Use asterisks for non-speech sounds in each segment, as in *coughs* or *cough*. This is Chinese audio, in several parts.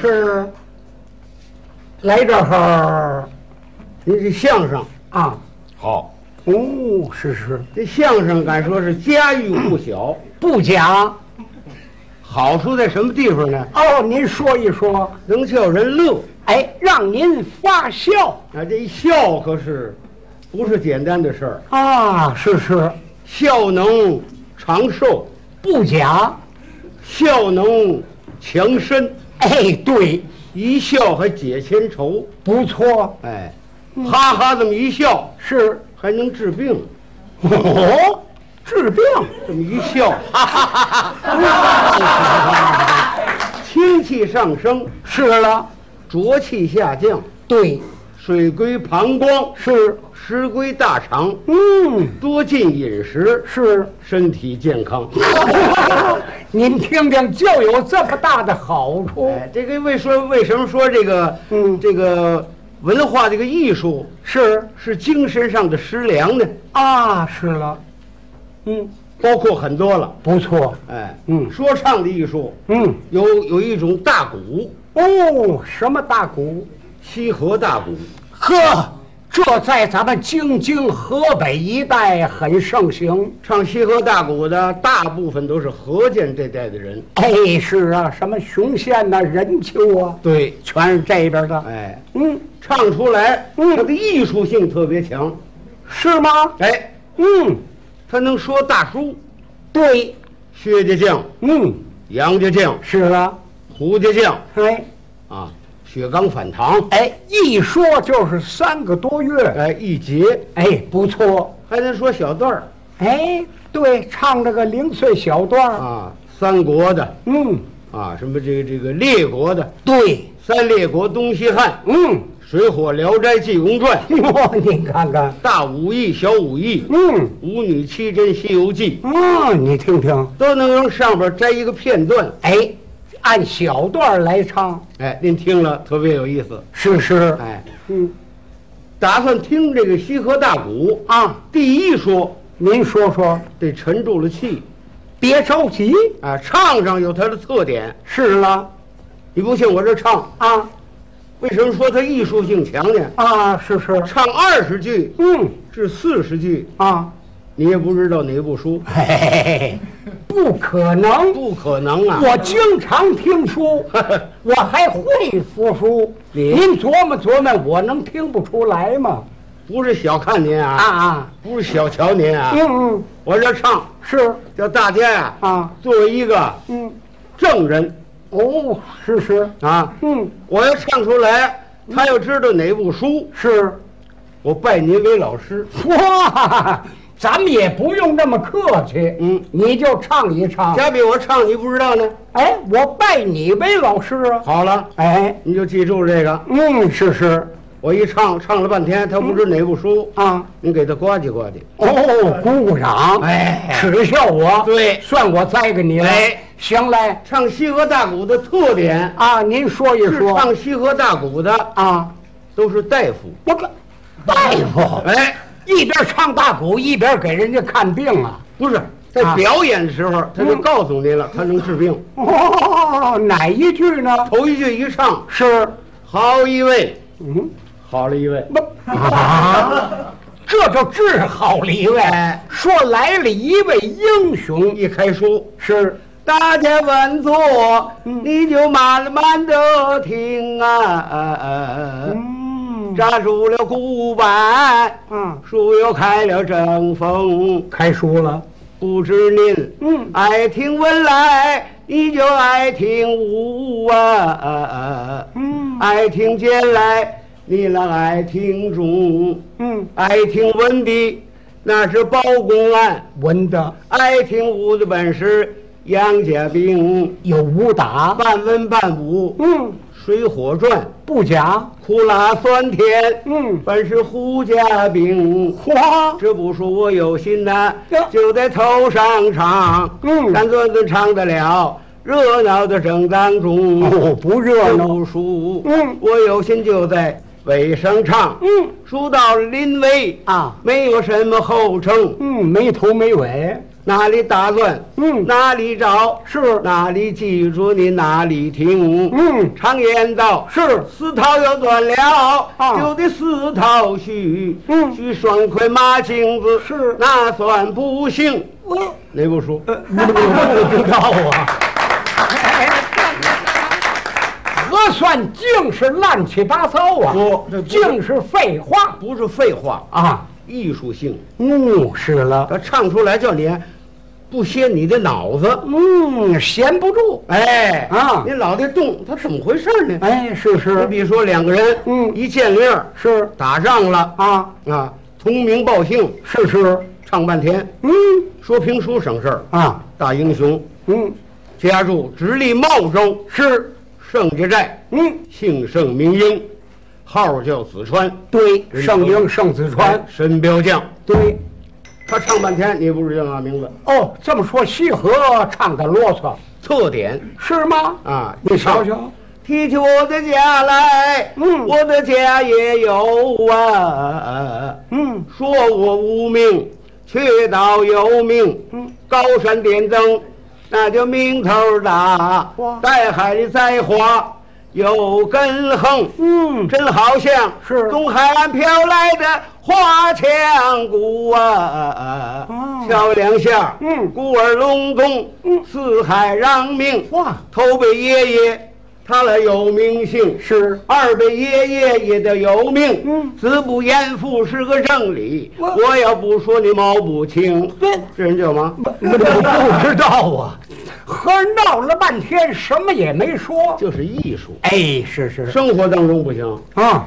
是来这儿，您是相声啊，好，哦，是是，这相声敢说是家喻户晓， *coughs* 不讲好处在什么地方呢？哦，您说一说，能叫人乐。哎，让您发笑啊，这一笑可是不是简单的事儿，啊，是是，笑能长寿，不讲，笑能强身，哎，对，一笑还解千愁。不错，哎，哈哈这么一笑是，还能治病，哦，治病，这么一笑， *laughs* 哈哈哈哈，清气上升，是了，浊气下降，对，水归膀胱，是，食归大肠，嗯，多进饮食，是。 *laughs* 身体健康。您听听，就有这么大的好处。哎，这个为说为什么说这个，哦嗯这个文化这个艺术是是精神上的食粮呢？啊，是了，嗯，包括很多了，不错，哎，嗯说唱的艺术嗯，有有一种大鼓，哦，什么大鼓？西河大鼓，呵，这在咱们京津河北一带很盛行。唱西河大鼓的大部分都是河间这代的人，哎，是啊，什么雄县呐、任丘啊，对，全是这边的。哎，嗯，唱出来，嗯它的艺术性特别强，是吗？哎，嗯，他能说大书，对，薛家将、嗯，杨家将、是了。胡家将哎啊，雪刚反唐，哎，一说就是三个多月。哎，一节。哎，不错。还能说小段儿哎，对，唱这个零碎小段儿。啊，三国的嗯，啊，什么这个这个列国的，对，三列国东西汉，嗯，水火聊斋济公传，哦，你看看，大武艺小武艺，嗯，舞女七珍西游记，哦，你听听，都能从上边摘一个片段。哎，按小段儿来唱，哎，您听了特别有意思。是是，哎，嗯打算听这个西河大鼓，啊，第一说您说说，得沉住了气别着急，啊，唱上有它的特点。是了，你不信我这唱，啊为什么说它艺术性强呢？啊，是是，唱二十句嗯至四十句，啊，你也不知道哪部书，嘿嘿嘿嘿， *laughs* 不可能，不可能啊！我经常听 *laughs* 书，我还会说书，你您琢磨琢磨，我能听不出来吗？不是小看您啊啊，啊，不是小瞧您啊，嗯嗯，我这唱是叫大家呀、啊，作为一个嗯。证人哦，是是，啊，嗯，我要唱出来，他要知道哪部书，是。我拜您为老师。嗯哇，咱们也不用那么客气，嗯你就唱一唱。加比我唱你不知道呢，哎，我拜你为老师啊。好了，哎，你就记住这个。嗯，是是，我一唱唱了半天，他不知哪部书，啊，你给他呱唧呱唧。哦，鼓鼓掌，哎耻笑我，对算我栽给你了。哎，行嘞，唱西河大鼓的特点啊，您说一是说唱西河大鼓的啊，都是大夫，我个大夫哎。一边唱大鼓一边给人家看病啊。不是在啊嗯表演的时候，他就告诉您了，他能治病。哦，哪一句呢？头一句一唱，是，好一位，嗯。好了一位，不啊，这就治好了一位。哎说来了一位英雄，一开书，是大家稳坐，你就慢慢的听啊。嗯扎入了古板，嗯，树又开了正风。开书了，不知您，嗯爱听文来，你就爱听武啊。嗯爱听剑来，你那爱听钟；嗯，爱听文的，那是包公案；文的爱听武的本事，杨家兵；有武打，半文半武，《嗯，水火传不假，》苦辣酸甜，嗯本是胡家兵。花，这不说我有心呐呀，就在头上唱，嗯咱顿顿唱得了，热闹的正当中。哦，不热闹，有书，嗯我有心就在尾声唱，嗯书到临危啊没有什么后程，嗯嗯，没头没尾，哪里打乱，嗯哪里找，是哪里记住你哪里听，嗯常言道，是丝绦要断了，啊有的丝绦须，嗯须双盔马青子，是嗯呃那算不行。我哪部书？你们不嗯知道啊。 *laughs* 核算净是乱七八糟啊，不哦这不是净是废话不是废话，啊，艺术性，嗯，是了，他唱出来叫你不歇你的脑子，嗯，闲不住，哎啊你脑袋动，他怎么回事呢？哎，是你是比如说两个人，嗯一见面儿是打仗了啊，啊，同名报姓，是是，唱半天，嗯说评书省事儿，啊，大英雄，嗯家住直隶茂州，是，盛家寨，嗯，姓盛名英，号叫子川，对，人哎圣都英圣子川，神镖将。对，他唱半天，你不知道那名字，哦，这么说西河唱的啰嗦特点是吗？啊，你瞧唱。瞧，提起我的家来，嗯我的家也有啊。嗯说我无命，却道有命。嗯，高山点灯，那就命头大哇。带海的栽花有根横，嗯，真好像是东海岸飘来的花千骨啊哦。敲两下，嗯鼓耳隆咚，嗯四海让命。哇，头辈爷爷，他俩有名姓。是二辈爷爷也得有命，嗯子不言父是个正理。我我要不说你毛不清，对这人叫嘛，我不知道啊，和闹了半天，什么也没说。就是艺术。哎，是是生活当中不行，啊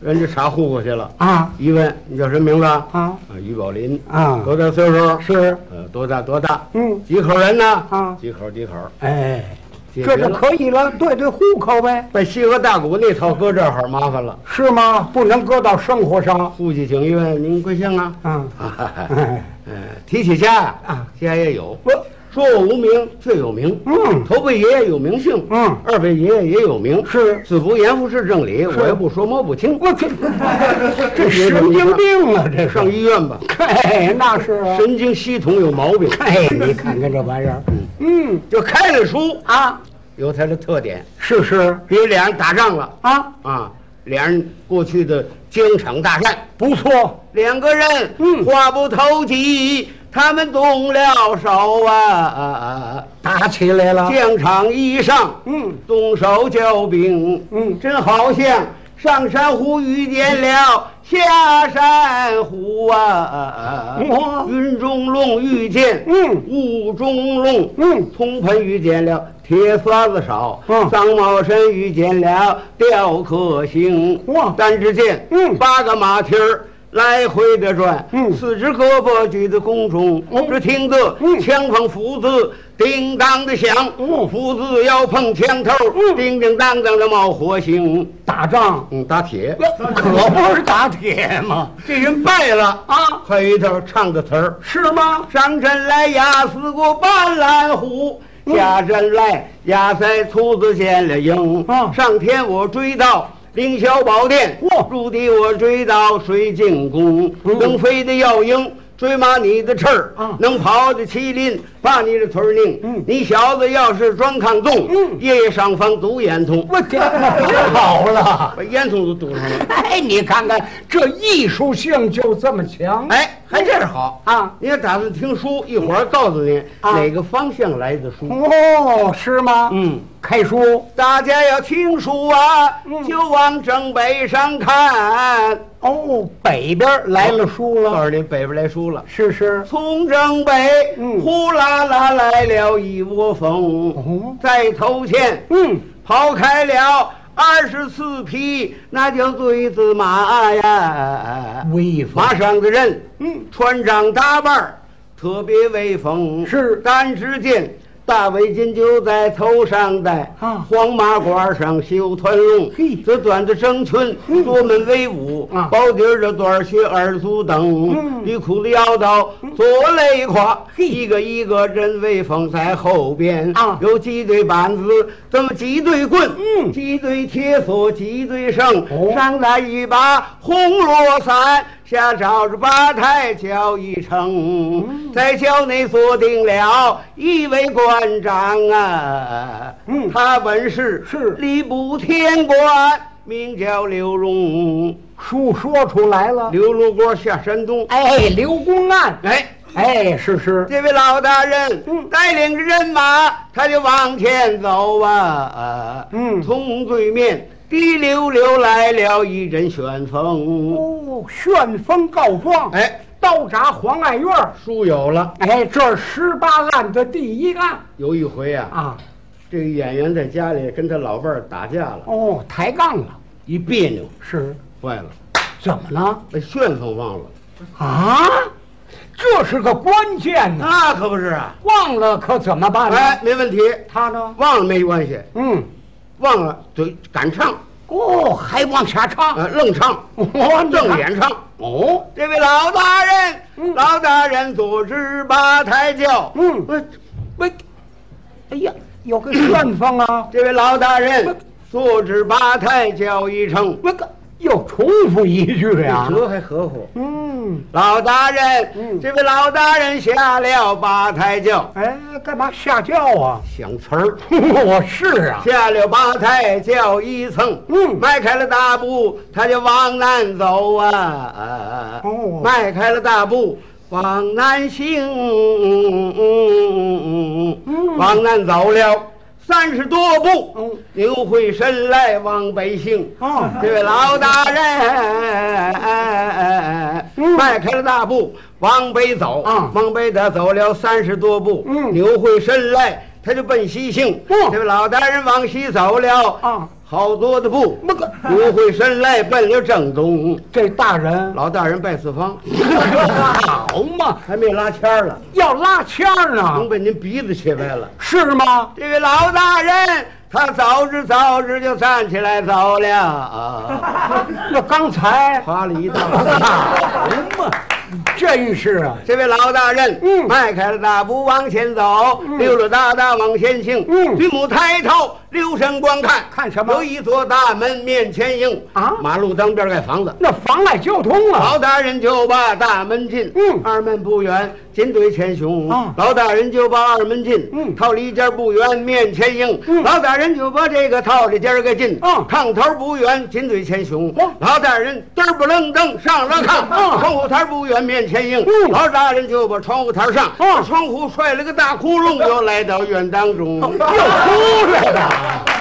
人家查户口去了，啊一问你叫什么名字啊？啊于宝林啊多大岁数？是，呃，多大多大？嗯几口人呢？啊几口几口？哎，解这决就了可以了，对对，户口呗，把西河大鼓那套搁这儿麻烦了。是吗？不能搁到生活上户籍请一问您贵姓啊？啊。哎 *laughs* 呃，提起家呀，啊家也有。我说我无名，却有名。嗯头辈爷爷有名姓，嗯二辈爷爷也有名。是嗯子不言不是正理，我又不说摸不清。我 *laughs* 这这神经病啊，这上是。医院吧，哎，那是啊。神经系统有毛病。哎，你看看这玩意儿，嗯 *laughs* 就开了书，啊，有它的特点。是是比如俩人打仗了啊，啊，俩人过去的疆场大战，不错，两个人嗯话不投机，他们动了手啊啊啊打起来了啊！。疆场一上，嗯动手交兵，嗯真好像上山虎遇见了下山虎啊哇！云中龙遇见哦嗯雾中龙，嗯铜盆遇见了铁刷子勺，嗯藏猫神遇见了雕刻星，哇单只见嗯八个马蹄儿。来回的转，嗯四只胳膊举在空中，哦只听得嗯枪碰斧子叮当的响，嗯斧子要碰枪头，嗯叮叮当当的冒火星。打仗嗯，打铁，可不是打铁吗？这人败了啊！啊，还有一套唱的词儿：是吗？上阵来压死过斑斓虎，嗯下阵来压在兔子见了鹰。啊上天我追到。凌霄宝殿哇，入地我追到水晶宫，嗯能飞的要鹰，追马你的翅儿啊，能跑的麒麟，把你的腿儿拧。嗯你小子要是专抗冻，嗯夜夜上房堵烟囱，我这太好了。把烟囱都堵上了。哎，你看看这艺术性就这么强。哎，还真是好啊！你要打算听书，一会儿告诉你啊哪个方向来的书。哦，是吗？嗯，开书大家要听书啊嗯，就往正北上看。哦，北边来了书告了，诉你，北边来书了。是是。从正北嗯，呼啦啦来了一窝哦蜂，在头前嗯，刨开了二十四匹，那叫对子马呀。威风马上的人，嗯穿上打扮儿特别威风。是单只见大围巾就在头上戴，啊黄马褂上绣团龙嘿，嗯这短的征裙多么威武啊包底儿的短靴二足嗯蹬，绿裤子腰刀左肋胯，嘿一个一个人威风在后边啊有几对板子，这么几对棍，嗯几对铁锁，几对绳哦，上来一把红罗伞，下棹是八抬轿一嗯程，在轿内锁定了一位官长啊，嗯他本是是吏部天官，名叫刘荣，书说出来了。刘罗锅下山东，哎，刘公案，哎。哎，是是，这位老大人，嗯带领着人马，他就往前走啊。嗯从对面滴溜溜来了一阵旋风，哦，旋风告状，哎，刀闸黄案院儿，书有了。哎，这是十八案的第一案有一回啊，啊，这个演员在家里跟他老伴儿打架了，哦，抬杠了，一别扭，是，坏了，怎么了那旋风忘了。啊？这是个关键呐、那可不是啊，忘了可怎么办呢？哎，没问题，他呢？忘了没关系，嗯，忘了就敢唱，哦，还往下唱，啊，愣 *laughs* 唱，我瞪眼 *laughs* 唱。哦，这位老大人，嗯老大人左支八抬轿。呃嗯喂，喂，哎呀，有个旋风啊，这位老大人喂，左支八抬轿一程。喂个，又重复一句啊，嗯还合乎。嗯，老大人，嗯这位老大人下了八抬轿，哎，干嘛下轿啊？想词儿。 *laughs* 我是啊，下了八抬轿一层，嗯迈开了大步，他就往南走啊，哦迈开了大步往南行，嗯往南走了三十多步，嗯扭回身来往北行。哦这位老大人，嗯迈开了大步往北走，啊往北的走了三十多步，嗯扭回身来，他就奔西行。哦这位老大人往西走了啊，好多的步，那个扭回身来奔了正东。这大人老大人拜四方， *laughs* 好嘛，还没拉签儿了，要拉签儿能呢，被您鼻子切歪了。是 *laughs* 吗？这位老大人，他早知早知就站起来走了， *laughs* 啊那刚才夸了一大好把。嘛，真是啊，这位老大人，嗯迈开了大步往前走，溜溜达达往前行。嗯举目抬头，留神观看，看什么有一座大门面前迎，啊马路当边盖房子。那妨碍交通啊老。大人就把大门进，嗯二门不远，紧对前胸。啊老大人就把二门进，嗯套里间不远，面前迎。嗯老大人就把这个套里间给进，啊炕头不远，紧对前胸。哦老大人嘚儿不楞登上了炕，啊窗户台不远，面前迎。嗯老大人就把窗户台上，啊 *laughs* 把窗户摔了个大窟窿，又来到院当中。又出来了。